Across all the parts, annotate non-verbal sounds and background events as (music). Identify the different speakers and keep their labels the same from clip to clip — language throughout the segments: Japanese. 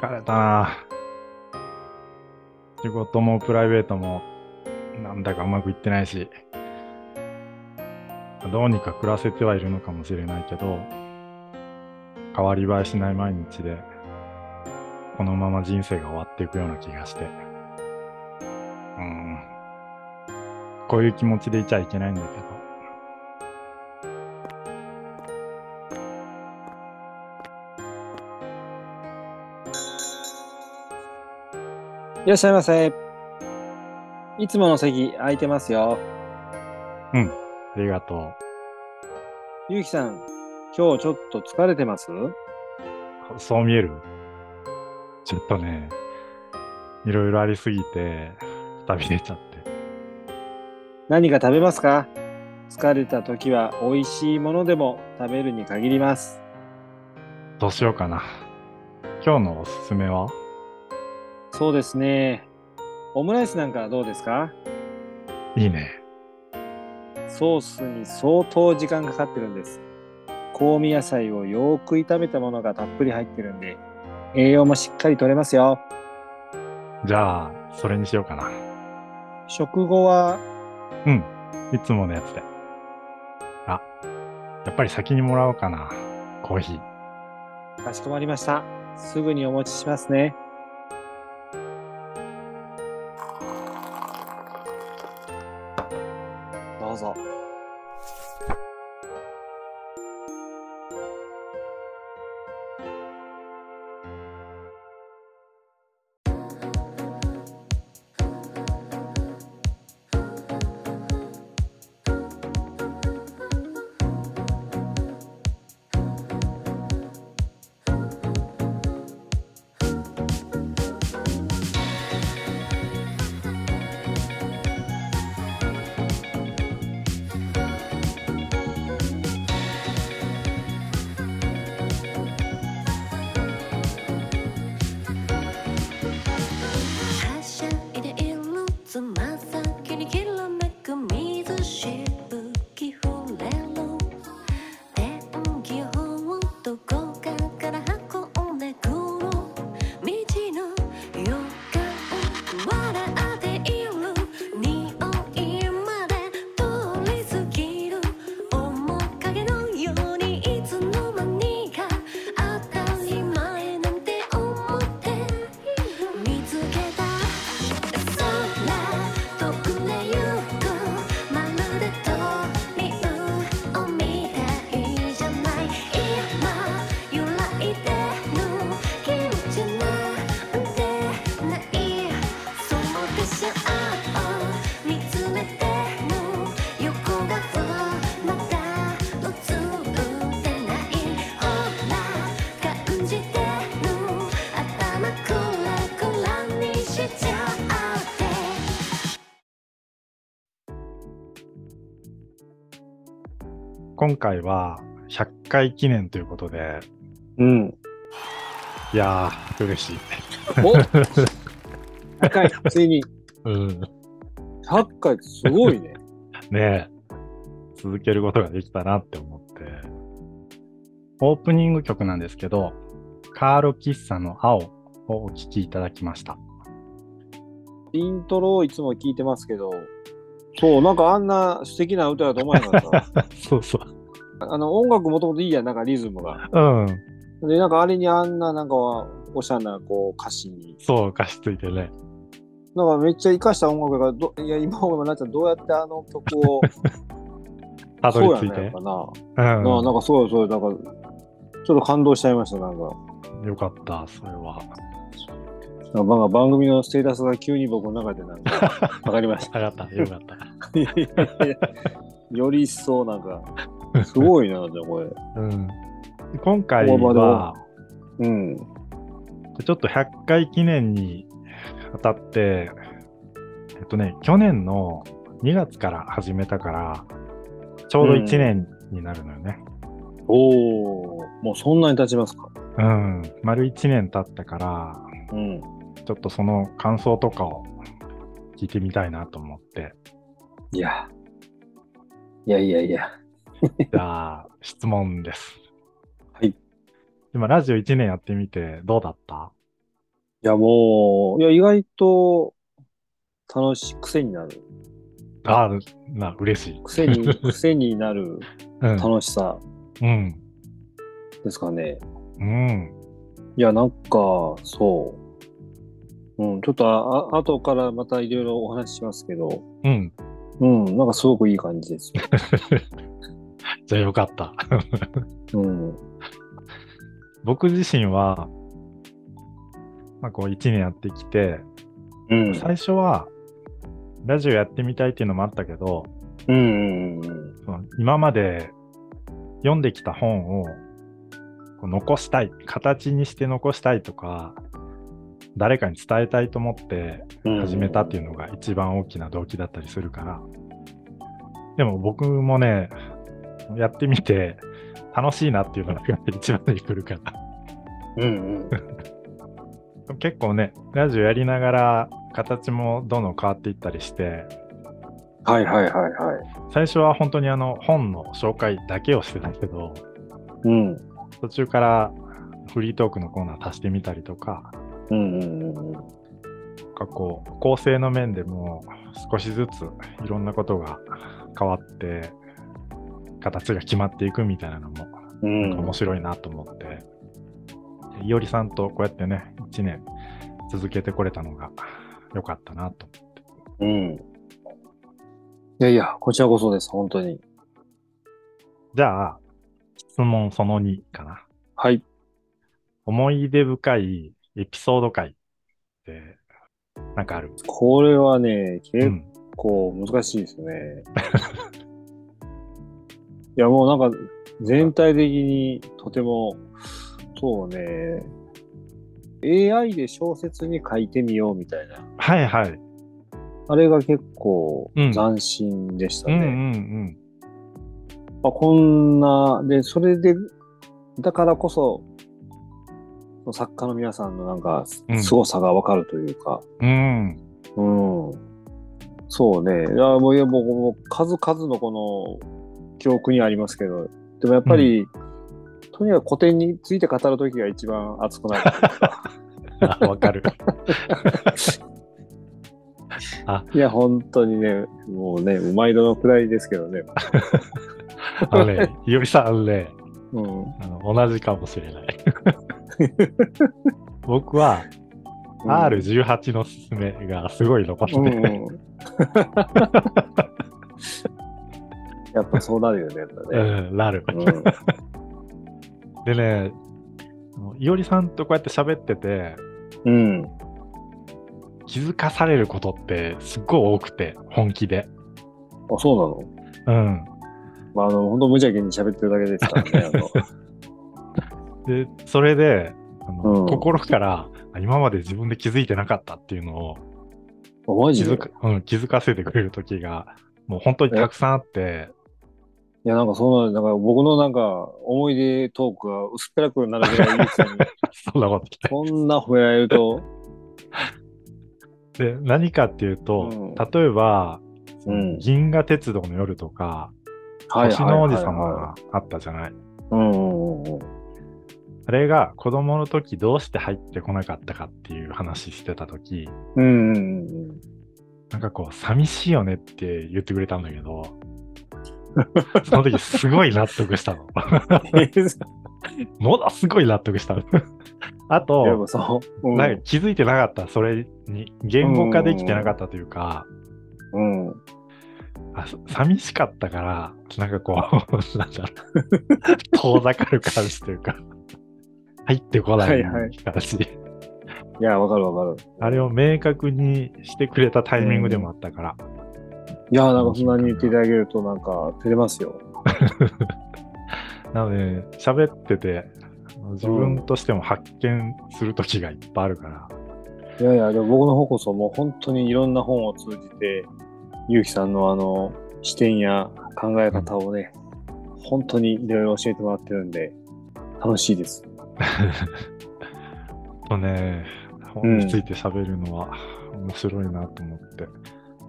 Speaker 1: 疲れたな仕事もプライベートもなんだかうまくいってないしどうにか暮らせてはいるのかもしれないけど変わり映えしない毎日でこのまま人生が終わっていくような気がしてうんこういう気持ちでいちゃいけないんだけど
Speaker 2: いらっしゃいませ。いつもの席空いてますよ。
Speaker 1: ありがとう
Speaker 2: ゆうきさん、今日ちょっと疲れてます
Speaker 1: そう見えるちょっとね、いろいろありすぎて、旅出ちゃって。
Speaker 2: 何か食べますか疲れた時は美味しいものでも食べるに限ります。
Speaker 1: どうしようかな。今日のおすすめは
Speaker 2: そうですね。オムライスなんかどうですか
Speaker 1: いいね。
Speaker 2: ソースに相当時間かかってるんです。香味野菜をよーく炒めたものがたっぷり入ってるんで、栄養もしっかりとれますよ。
Speaker 1: じゃあ、それにしようかな。
Speaker 2: 食後は、
Speaker 1: いつものやつで。あ、やっぱり先にもらおうかな。コーヒー。
Speaker 2: かしこまりました。すぐにお持ちしますね。どうぞ。
Speaker 3: はしゃいでいるつま先にきらめく水しぶき触れる天気予報をどこかから運んでくる道の予感笑っている匂いまで通り過ぎる面影のようにいつの間にか当たり前なんて思って見つけた空遠くへ行こうまるで鳥をみたいじゃない今揺らいでる気持ちなんてないそうでしょう見つめてる横顔まだ映ってないほら感じてる頭クラクラにしちゃって
Speaker 1: 今回は100回記念ということで、
Speaker 2: うん。
Speaker 1: いやー、嬉しい。
Speaker 2: お高い、ついに。
Speaker 1: うん。
Speaker 2: 100回ってすごいね。
Speaker 1: ねえ、続けることができたなって思って。オープニング曲なんですけど、カール喫茶の青をお聴きいただきました。
Speaker 2: イントロをいつも聞いてますけど、そう、なんかあんな素敵な歌だと思えなか (laughs) った。
Speaker 1: (laughs) そうそう。
Speaker 2: あの、音楽もともといいやん、なんかリズムが。
Speaker 1: うん。
Speaker 2: で、なんかあれにあんな、なんか、おしゃな、こう、歌詞に。
Speaker 1: そう、歌詞ついてね。
Speaker 2: なんかめっちゃ生かした音楽がど、いや、今もなっちゃんどうやってあの曲を、
Speaker 1: たどり着い。
Speaker 2: そうやねやってぱな。
Speaker 1: う
Speaker 2: ななんかそうそう、なんか、ちょっと感動しちゃいました、なんか。
Speaker 1: ん。よかった、それは。
Speaker 2: なんか番番組のステータスが急に僕の中でなん (laughs) か、わかりまし
Speaker 1: 上がった、よかった。
Speaker 2: た。いやいやいやより一層なんか、すごいな、でもこれ。
Speaker 1: うん。今回
Speaker 2: ここ
Speaker 1: は
Speaker 2: ま、うん。
Speaker 1: ちょっと100回記念にあたって、えっとね、去年の2月から始めたから、ちょうど1年になるのよね。
Speaker 2: おお、もうそんなに経ちますか。
Speaker 1: うん、丸1年経ったから、
Speaker 2: うん。
Speaker 1: ちょっとその感想とかを聞いてみたいなと思
Speaker 2: (laughs)
Speaker 1: って、
Speaker 2: いや。いやいやいや。
Speaker 1: じゃあ、質問です。
Speaker 2: はい。
Speaker 1: 今、ラジオ1年やってみて、どうだった
Speaker 2: や、もう、いや、意外と楽しい、癖になる。
Speaker 1: ああ、な、嬉しい。
Speaker 2: 癖 (laughs) に、癖になる
Speaker 1: うん。
Speaker 2: 楽しさ
Speaker 1: うん。
Speaker 2: ですかね。
Speaker 1: うん。
Speaker 2: いや、なんか、そう。うん、ちょっと、あ、あ後からまたいろいろお話ししますけど、
Speaker 1: うん。
Speaker 2: うん、なんかすごくいい感じです (laughs) よ。
Speaker 1: じゃあよかった。
Speaker 2: うん。
Speaker 1: 僕自身は、まあこう一年やってきて、
Speaker 2: うん。
Speaker 1: 最初は、ラジオやってみたいっていうのもあったけど、
Speaker 2: うん。うん
Speaker 1: その今まで読んできた本をこう残したい、形にして残したいとか、誰かに伝えたいと思って
Speaker 2: うん
Speaker 1: 始めたっていうのが一番大きな動機だったりするから。でも僕もね、やってみて楽しいなっていうのが一番に来るから。
Speaker 2: うん
Speaker 1: 結構ね、ラジオやりながら形もどんどん変わっていったりして、
Speaker 2: うん。はいはいはいはい。
Speaker 1: 最初は本当にあの本の紹介だけをしてたけど、
Speaker 2: うん。
Speaker 1: 途中からフリートークのコーナー足してみたりとか、
Speaker 2: うんうんうんうん。
Speaker 1: なんかこう構成の面でも少しずついろんなことが変わって形が決まっていくみたいなのも
Speaker 2: うん
Speaker 1: 面白いなと思って、いおりさんとこうやってね1年続けてこれたのが良かったなと
Speaker 2: うん。いやいや、こちらこそです、本当に。
Speaker 1: じゃあ質問その2かな
Speaker 2: はい。
Speaker 1: 思い出深いエピソード回ってなんかある、
Speaker 2: これは
Speaker 1: う
Speaker 2: ね、結
Speaker 1: ん、
Speaker 2: 構難しいですね。 (laughs) いや、もうなんか、全体的にとても、そうね、AI で小説に書いてみようみたいな、
Speaker 1: はいはい
Speaker 2: あれが結構
Speaker 1: うん
Speaker 2: 斬新でした
Speaker 1: う
Speaker 2: ね。
Speaker 1: んうん
Speaker 2: あこんな、で、それで、だからこそ、作家の皆さんのなんか
Speaker 1: う、ん
Speaker 2: 凄さがわかるというか、
Speaker 1: うんうん
Speaker 2: うん。そうね。いや、もう、いやもう、もう数々のこの、記憶にありますけど、でもやっぱり、とにかく古典について語るときが一番熱くなる。
Speaker 1: あ (laughs) わかる
Speaker 2: (laughs) いや、本当にね、もうね、毎度のくらいですけどね。
Speaker 1: あの
Speaker 2: (laughs)
Speaker 1: ねいおりさんあのね
Speaker 2: うん。
Speaker 1: あの同じかもしれ
Speaker 2: (laughs)
Speaker 1: ない。僕は R18 のすすめがすごい残って、
Speaker 2: うん (laughs) うん。やっぱそうなるよね、やっぱ
Speaker 1: う
Speaker 2: ね。
Speaker 1: ん、なる。
Speaker 2: うん
Speaker 1: でね、いおりさんとこうやって喋ってて、
Speaker 2: うん。
Speaker 1: 気づかされることってすっごい多くて、本気で。
Speaker 2: あ、そうなの
Speaker 1: うん。
Speaker 2: まあ、あの、本当無邪気に喋ってるだけですから (laughs) ね。
Speaker 1: で、それで、あの
Speaker 2: うん
Speaker 1: 心からあ今まで自分で気づいてなかったっていうのを
Speaker 2: あのあマ
Speaker 1: 気
Speaker 2: ジで
Speaker 1: づ
Speaker 2: い
Speaker 1: か、うん、気づかせてくれる時が、もう本当にたくさんあって、
Speaker 2: や、なんかそうなんだ。なんか僕のなんか思い出トークが薄っぺらくなるぐらいいいですよね
Speaker 1: そんなこと
Speaker 2: こんな褒められると。
Speaker 1: で何かっていうと、
Speaker 2: うん
Speaker 1: 例えば、
Speaker 2: (laughs) うん
Speaker 1: 銀河鉄道の夜とか、
Speaker 2: はい
Speaker 1: 星の王子様
Speaker 2: は
Speaker 1: があったじゃない,、
Speaker 2: いはいはい。うんうんうんうん。
Speaker 1: あれが子供の時どうして入ってこなかったかっていう話してた時
Speaker 2: うんうん (laughs) うんうん。
Speaker 1: なんかこう寂しいよねって言ってくれたんだけど
Speaker 2: (laughs)
Speaker 1: その時すごい納得したのものすごい納得したのあ
Speaker 2: いやっ
Speaker 1: と
Speaker 2: ぱそう。うん
Speaker 1: なんか気づいてなかったそれに言語化できてなかったというか、
Speaker 2: うん。
Speaker 1: あさ寂しかったから、なんかこう、 (laughs) なんだろう、遠ざかる感じというか、入ってこない
Speaker 2: はいはい
Speaker 1: 感じ、
Speaker 2: いや、わかるわかる。
Speaker 1: あれを明確にしてくれたタイミングでもあったから、
Speaker 2: いや、なんかそんなに言っていただけるとなんか照れますよ。
Speaker 1: なので、喋ってて、自分としても発見する時がいっぱいあるから、
Speaker 2: いやいや、でも僕の方こそもう本当にいろんな本を通じて、ゆうきさんのあの、視点や考え方をね、本当にいろいろ教えてもらってるんで、楽しいです。
Speaker 1: とね、本について喋るのは面白いなと思って。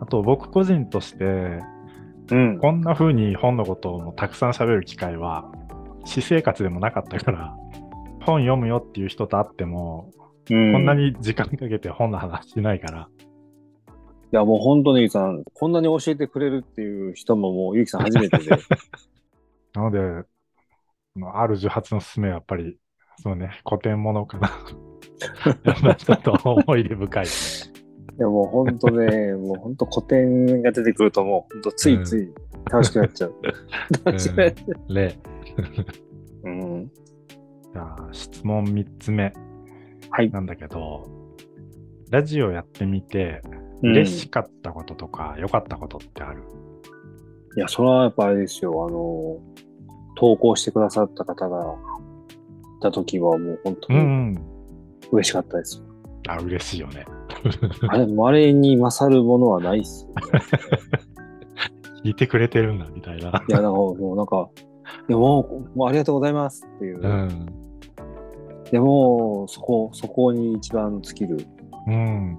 Speaker 1: あと僕個人として、
Speaker 2: うん。
Speaker 1: こんな風に本のことをもうたくさん喋る機会は、私生活でもなかったから、本読むよっていう人と会っても、
Speaker 2: うん
Speaker 1: こんないに時間かけて本の話しないから。
Speaker 2: や、もう本当にゆきさん、こんなに教えてくれるっていう人ももうゆきさん初めて (laughs) で。
Speaker 1: なので、まあ R18 のすすめはやっぱり、そうね、古典ものか
Speaker 2: (laughs)
Speaker 1: な。やっぱちょっと思い出深い。
Speaker 2: いや、もう本当ね、もう本当古典が出てくるともう、本当ついつい楽しくなっちゃう。楽しくなっちゃ
Speaker 1: 例。
Speaker 2: (laughs) う。うん。
Speaker 1: じゃあ、質問3つ目
Speaker 2: はい。
Speaker 1: なんだけど、ラジオやってみて、嬉しかったこととか、良かったことってある
Speaker 2: いや、それはやっぱあれですよ、あの、投稿してくださった方が、いた時はもう本当
Speaker 1: う
Speaker 2: に
Speaker 1: んうん。
Speaker 2: 嬉しかったです。
Speaker 1: あ、嬉しいよね。
Speaker 2: あれ、あれに勝るものはないっすよね。
Speaker 1: 聞いてくれてるんだ、みたいな。
Speaker 2: いや、なんかもうなんか、いやもう、もうありがとうございますっていう。
Speaker 1: うん。
Speaker 2: でも、そこ、そこに一番尽きる
Speaker 1: うん。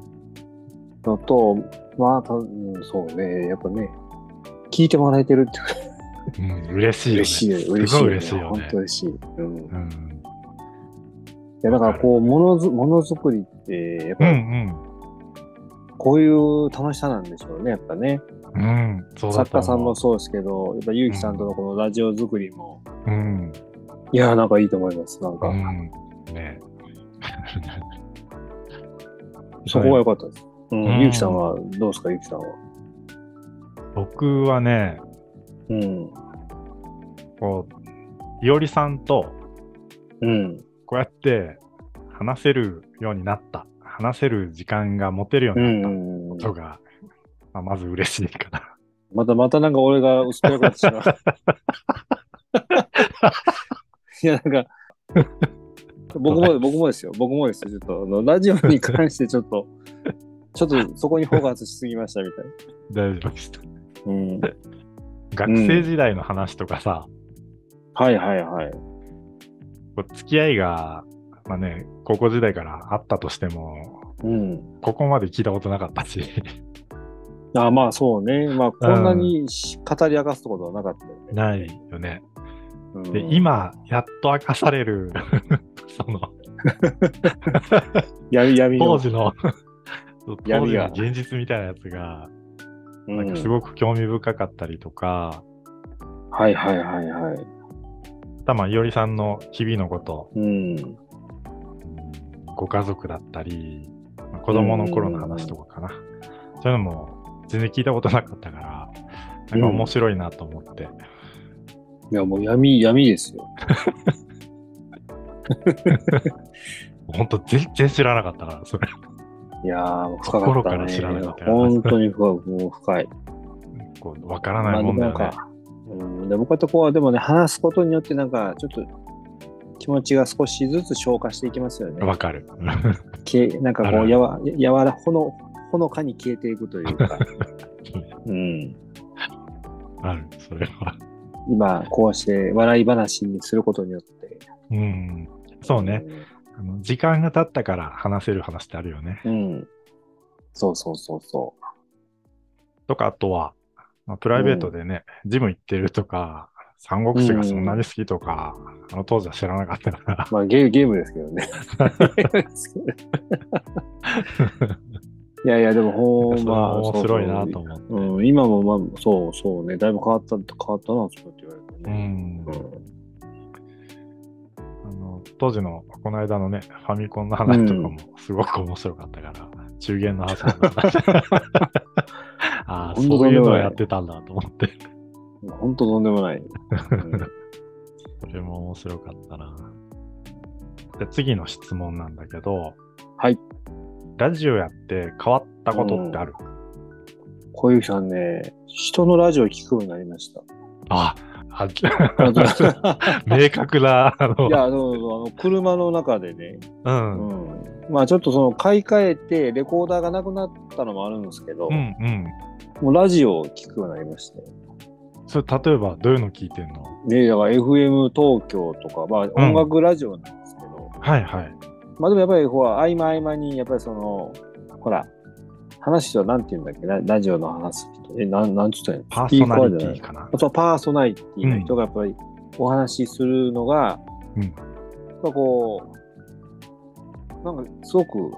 Speaker 2: のと、まあ、たうんそうね、やっぱね、聞いてもらえてるって
Speaker 1: うん、嬉しいよね。
Speaker 2: 嬉しいよね、嬉し
Speaker 1: す
Speaker 2: い
Speaker 1: ご
Speaker 2: よ
Speaker 1: い
Speaker 2: ね。
Speaker 1: 嬉しいよね
Speaker 2: 本当嬉しい。うん。い
Speaker 1: うん。
Speaker 2: や、だからこう、ものづ、ものづくりって、やっ
Speaker 1: う
Speaker 2: ぱ、
Speaker 1: ん
Speaker 2: こういう楽しさなんでしょうね、やっぱね。
Speaker 1: うん。うん。そうだ
Speaker 2: 作
Speaker 1: った
Speaker 2: 家さんもそうですけど、やっぱゆうきさんとのこのラジオ作りも、
Speaker 1: うん。
Speaker 2: いやーなんかいいと思います。なんか、
Speaker 1: うん。ね
Speaker 2: そこが良かったです。う
Speaker 1: うん
Speaker 2: ん、ゆうきさんはどうですか、ゆうきさんは。
Speaker 1: (laughs) 僕はね、
Speaker 2: うん。
Speaker 1: こう、いおりさんと
Speaker 2: うん。
Speaker 1: こうやって話せるようになった。話せる時間が持てるよう
Speaker 2: う
Speaker 1: になった
Speaker 2: ん。
Speaker 1: ことが、まあ、まず嬉しいかな。
Speaker 2: また、またなんか俺が薄っぺらくなってしまう。いや、なんか、僕も、僕もですよ。僕もですよ。ちょっと、あの、ラジオに関してちょっと、ちょっとそこにフォーカスしすぎましたみたいな。
Speaker 1: (laughs) 大丈夫でした。
Speaker 2: うん。
Speaker 1: 学生時代の話とかさ、
Speaker 2: はいはいはい。
Speaker 1: こう付き合いが、まあね、高校時代からあったとしても、
Speaker 2: うん。
Speaker 1: ここまで聞いたことなかったし、
Speaker 2: あまあそうね。まあこんなにし語り明かすことはなかったよね。
Speaker 1: (laughs) ないよね。
Speaker 2: うん
Speaker 1: で、今、やっと明かされる、 (laughs) その、
Speaker 2: 闇闇の
Speaker 1: 当時 (laughs) の、そう当
Speaker 2: 闇
Speaker 1: 時の
Speaker 2: が
Speaker 1: 現実みたいなやつが、
Speaker 2: うん
Speaker 1: なんかすごく興味深かったりとか、
Speaker 2: はいはいはいはい。
Speaker 1: たまあいおりさんの日々のこと、
Speaker 2: うん。
Speaker 1: うんご家族だったり、まあ子供の頃の話とかかな。そういうのも全然聞いたことなかったから、なんか面白いなと思って。
Speaker 2: いやもう闇、闇ですよ。
Speaker 1: 本当全然知らなかったから、それ。
Speaker 2: いやー、もう深かっ
Speaker 1: 心
Speaker 2: た
Speaker 1: か
Speaker 2: ね。
Speaker 1: ら知らなかったよ
Speaker 2: 本当に深い、もう深い。
Speaker 1: こう、わからないもんだよ
Speaker 2: ま
Speaker 1: ね
Speaker 2: あで。もなんか、うん、でもこうやってこう、でもね、話すことによってなんか、ちょっと気持ちが少しずつ消化していきますよね。
Speaker 1: わかる。
Speaker 2: けなんかこ
Speaker 1: あ
Speaker 2: う
Speaker 1: る
Speaker 2: やわやわらほのほのかに消えていくとい
Speaker 1: (laughs)
Speaker 2: うか、うん、
Speaker 1: ある、それは。
Speaker 2: 今こうして笑い話にすることによって
Speaker 1: うん。そうね。あの時間が経ったから話せる話ってあるよね。
Speaker 2: うん、うん、そうそうそうそ
Speaker 1: とか、あとは、まあ、プライベートでね、ジム行ってるとか、三国志がそんなに好きとか、あの当時は知らなかったから、
Speaker 2: うまあゲーゲームですけ
Speaker 1: (laughs)
Speaker 2: どね (laughs) ゲームですけどいやいやでもほん
Speaker 1: それは
Speaker 2: ま
Speaker 1: 面白いなと思って。
Speaker 2: そうそううん、今もまあそうそうねだいぶ変わった変わったなそうやって言われると
Speaker 1: う
Speaker 2: ね、
Speaker 1: ん
Speaker 2: うん
Speaker 1: あの当時の、この間のね、ファミコンの話とかもすごく面白かったから、中元の話と
Speaker 2: (laughs)
Speaker 1: かああ、
Speaker 2: ほんと
Speaker 1: そういうのを
Speaker 2: だね
Speaker 1: やってたんだと思って、
Speaker 2: ほんととんでもない、うん
Speaker 1: それも面白かったな。で次の質問なんだけど、
Speaker 2: はい
Speaker 1: ラジオやって変わったことってある、
Speaker 2: 小雪さんね人のラジオ聞くようになりま (laughs) した
Speaker 1: あ、あ
Speaker 2: あと
Speaker 1: (laughs) 明確な、あの、
Speaker 2: いや、でも、あの、車の中でね、
Speaker 1: う、
Speaker 2: うんん。まあ、ちょっとその、買い替えて、レコーダーがなくなったのもあるんですけど、
Speaker 1: うん、うん。
Speaker 2: もうラジオを聞くようになりまして。
Speaker 1: それ、例えば、どういうの聞いてんの
Speaker 2: で、だから FM 東京とか、まあ、音楽ラジオなんですけど、
Speaker 1: はい、はい。
Speaker 2: まあ、でもやっぱり、こう、合間合間に、やっぱりその、ほら、話す人はなんて言うんだっけララジオの話す人。え、なん、なんつったらいいの
Speaker 1: パーソナリ
Speaker 2: スピーカーじ
Speaker 1: テ
Speaker 2: ゃない
Speaker 1: ィかな。
Speaker 2: そうパーソナリティの人がやっぱりお話しするのが、
Speaker 1: うん
Speaker 2: やっぱこう、なんかすごく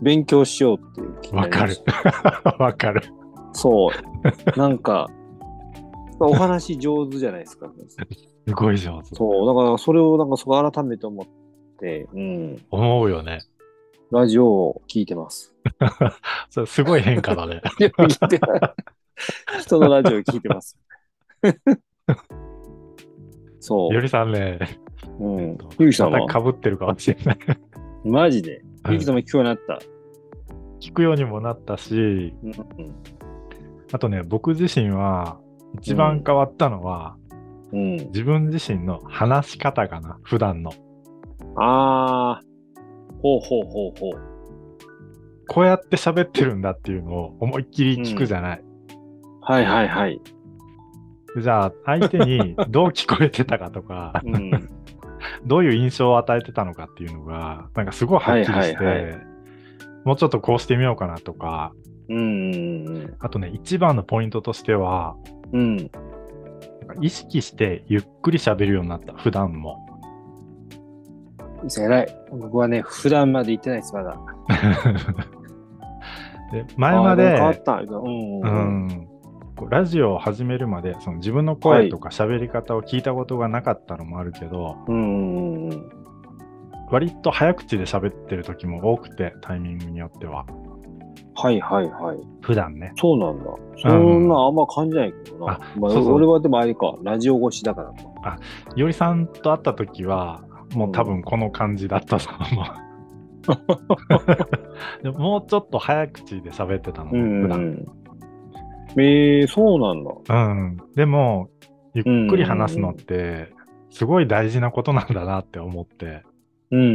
Speaker 2: 勉強しようっていう気にな
Speaker 1: わ
Speaker 2: り
Speaker 1: か
Speaker 2: ま
Speaker 1: る
Speaker 2: した。。
Speaker 1: わかる。
Speaker 2: そう。なんか、お話上手じゃないですか、
Speaker 1: (laughs) すごい上手。
Speaker 2: そう。だから、それをなんか、そこ改めて思って、うん。
Speaker 1: 思うよね。
Speaker 2: ラジオを聞いてます。
Speaker 1: それすごい変化だね。
Speaker 2: いや聞いてない人のラジオ聞いてます。 (laughs) そ
Speaker 1: ゆりさんね、
Speaker 2: う。うん。ゆきさん
Speaker 1: ま
Speaker 2: は
Speaker 1: た、かぶってるかもしれない。
Speaker 2: マジで。ゆきさん
Speaker 1: うん
Speaker 2: も聞くようになった。
Speaker 1: 聞くようにもなったし、
Speaker 2: うん
Speaker 1: あとね、僕自身は、一番変わったのは、
Speaker 2: うん。
Speaker 1: 自分自身の話し方かな、普段の。
Speaker 2: ああ。ほうほうほうほう。
Speaker 1: こうやって喋ってるんだっていうのを思いっきり聞くじゃない。
Speaker 2: はいはいはい。
Speaker 1: じゃあ、相手にどう聞こえてたかとか、 (laughs)
Speaker 2: うん。
Speaker 1: どういう印象を与えてたのかっていうのが、なんかすごいはっきりして、
Speaker 2: はいはいは
Speaker 1: もうちょっとこうしてみようかなとか、
Speaker 2: うんうん
Speaker 1: あとね、一番のポイントとしては、
Speaker 2: うん。うん。
Speaker 1: なんか意識してゆっくり喋るようになった、普段も。
Speaker 2: 偉い。僕はね、普段まで行ってないです、まだ。
Speaker 1: で前ま
Speaker 2: あー変わ
Speaker 1: で
Speaker 2: っ、た。うん。
Speaker 1: う。ん、こうラジオを始めるまで、その自分の声とか喋り方を聞いたことがなかったのもあるけど、
Speaker 2: うんうんうん。
Speaker 1: 割と早口で喋ってる時も多くて、タイミングによっては。
Speaker 2: はいはいはい。
Speaker 1: 普段ね。
Speaker 2: そうなんだ。そんなあんま感じないけどな。まあ、
Speaker 1: そうそう
Speaker 2: 俺はでもあれか、ラジオ越しだからか。
Speaker 1: いおりさんと会った時は、もう多分この感じだったと思う。でももうちょっと早口で喋ってたの、普段。
Speaker 2: えー、そうなんだ。
Speaker 1: うん、でも、ゆっくり話すのって、すごい大事なことなんだなって思って、
Speaker 2: うんうんう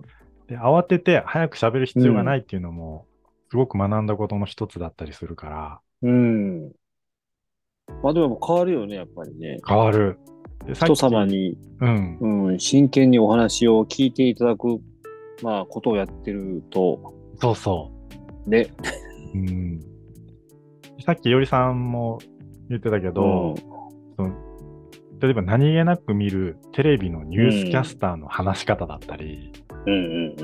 Speaker 2: ん。
Speaker 1: で慌てて早く喋る必要がないっていうのも、すごく学んだことの一つだったりするから、
Speaker 2: うん。まあでも変わるよね、やっぱりね。
Speaker 1: 変わる。でさっき
Speaker 2: 人様に、
Speaker 1: うん、
Speaker 2: うん、真剣にお話を聞いていただく、まあ、ことをやってると、
Speaker 1: そうそ
Speaker 2: ね。
Speaker 1: う。うん、さっきいおりさんも言ってたけど、例えば何気なく見るテレビのニュースキャスターの話し方だったり、
Speaker 2: うんうんうん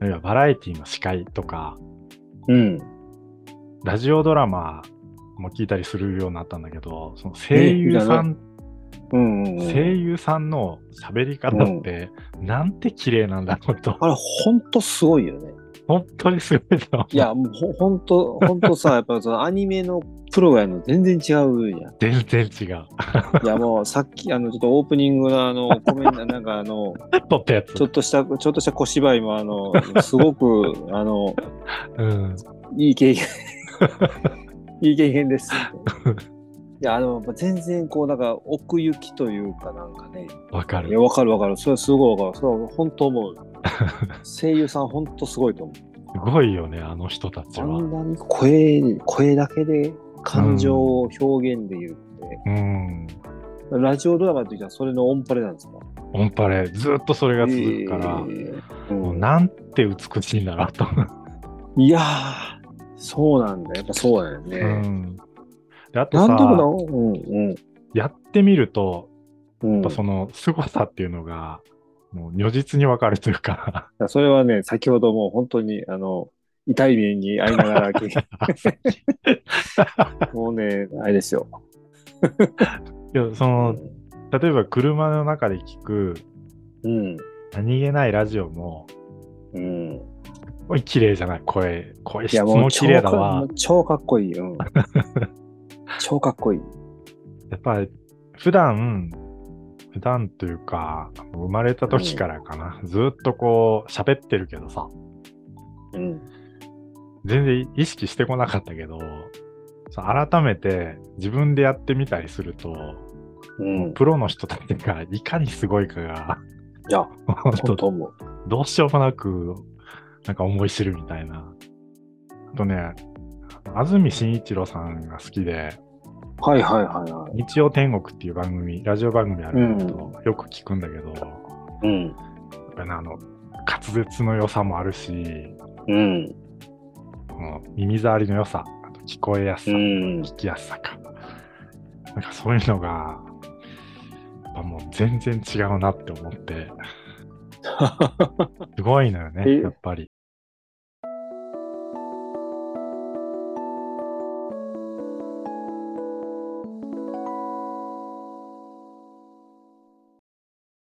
Speaker 1: あるいはバラエティの司会とか、
Speaker 2: うん。うん。
Speaker 1: ラジオドラマも聞いたりするようになったんだけど、その声優さん、
Speaker 2: うんうんうん、
Speaker 1: 声優さんの喋り方って、なんて綺麗なんだろうと、 (laughs)
Speaker 2: あれ、ほんとすごいよね。
Speaker 1: 本当にすごいと思う
Speaker 2: いや、もうほほんと、ほんと (laughs) さ、やっぱそのアニメのプロがやるの全然違うじゃん。
Speaker 1: 全然違う。
Speaker 2: いや、もうさっき、あの、ちょっとオープニングのあの、コメント、なんかあの、
Speaker 1: 撮ったやつ
Speaker 2: ちょ。っとした、ちょっとした小芝居も、あの、すご
Speaker 1: (laughs)
Speaker 2: く、あの、
Speaker 1: うん、
Speaker 2: いい
Speaker 1: (laughs)
Speaker 2: 経験、いい経験です。いや、でもやっぱ全然こう、なんか奥行きというかなんかね、
Speaker 1: わか
Speaker 2: い
Speaker 1: る。
Speaker 2: や、わかるわかる。それはすごいわかる。それは本当
Speaker 1: (laughs)
Speaker 2: 思う。声優さん本当すごいと思う。
Speaker 1: すごいよね、あの人たち
Speaker 2: あ
Speaker 1: は。
Speaker 2: んなに声、声だけで感情を表現で言うって、
Speaker 1: うん。
Speaker 2: ラジオドラマの時はそれのオンパレなんですか
Speaker 1: オンパレ、ずっとそれが続くから、
Speaker 2: えー
Speaker 1: もう
Speaker 2: うん
Speaker 1: なんて美しいんだなと。
Speaker 2: いやー、そうなんだ。やっぱそうだよね。
Speaker 1: うん。であと
Speaker 2: なんと
Speaker 1: さ
Speaker 2: もな、うんうん
Speaker 1: やってみると、
Speaker 2: うん。
Speaker 1: やっぱその凄さっていうのが、もう如実にわかるというか、 (laughs)
Speaker 2: それはね、先ほどもう本当に、あの、痛い目に遭い
Speaker 1: (laughs)
Speaker 2: ながら、 (laughs) もうね、あれですよ。
Speaker 1: いやそうの
Speaker 2: ん。
Speaker 1: 例えば車の中で聞く
Speaker 2: うん。
Speaker 1: 何気ないラジオも、
Speaker 2: うん、
Speaker 1: すごい綺麗じゃない声、声
Speaker 2: い
Speaker 1: 質
Speaker 2: や、も
Speaker 1: も
Speaker 2: う
Speaker 1: 綺
Speaker 2: 超
Speaker 1: 麗だ
Speaker 2: かも
Speaker 1: わ
Speaker 2: う。超かっこい
Speaker 1: (laughs)
Speaker 2: い。うん、超かっこいい。
Speaker 1: やっぱり普段、普段というか、生まれた時からかな、ずっとこう喋ってるけどさ、
Speaker 2: うん。
Speaker 1: 全然意識してこなかったけど、そう改めて自分でやってみたりすると、
Speaker 2: うん。い
Speaker 1: プロの人たちがいかにすごいかが、
Speaker 2: や、
Speaker 1: 本
Speaker 2: 本当思う。
Speaker 1: 当どうしようもなく、なんか思い知るみたいな。あとね、安住紳一郎さんが好きで、
Speaker 2: はいはいはいはい。
Speaker 1: 日曜天国っていう番組、ラジオ番組あるんだけど、よく聞くんだけど、や
Speaker 2: うん。
Speaker 1: っぱりねあの、滑舌の良さもあるし、
Speaker 2: うん。
Speaker 1: この耳障りの良さ、あと聞こえやす
Speaker 2: う
Speaker 1: さ、
Speaker 2: ん。
Speaker 1: 聞きやすさか。なんかそう
Speaker 2: (laughs)
Speaker 1: いうのが、やっぱもう全然違うなって思って、すごいのよ
Speaker 2: え
Speaker 1: ね、やっぱり。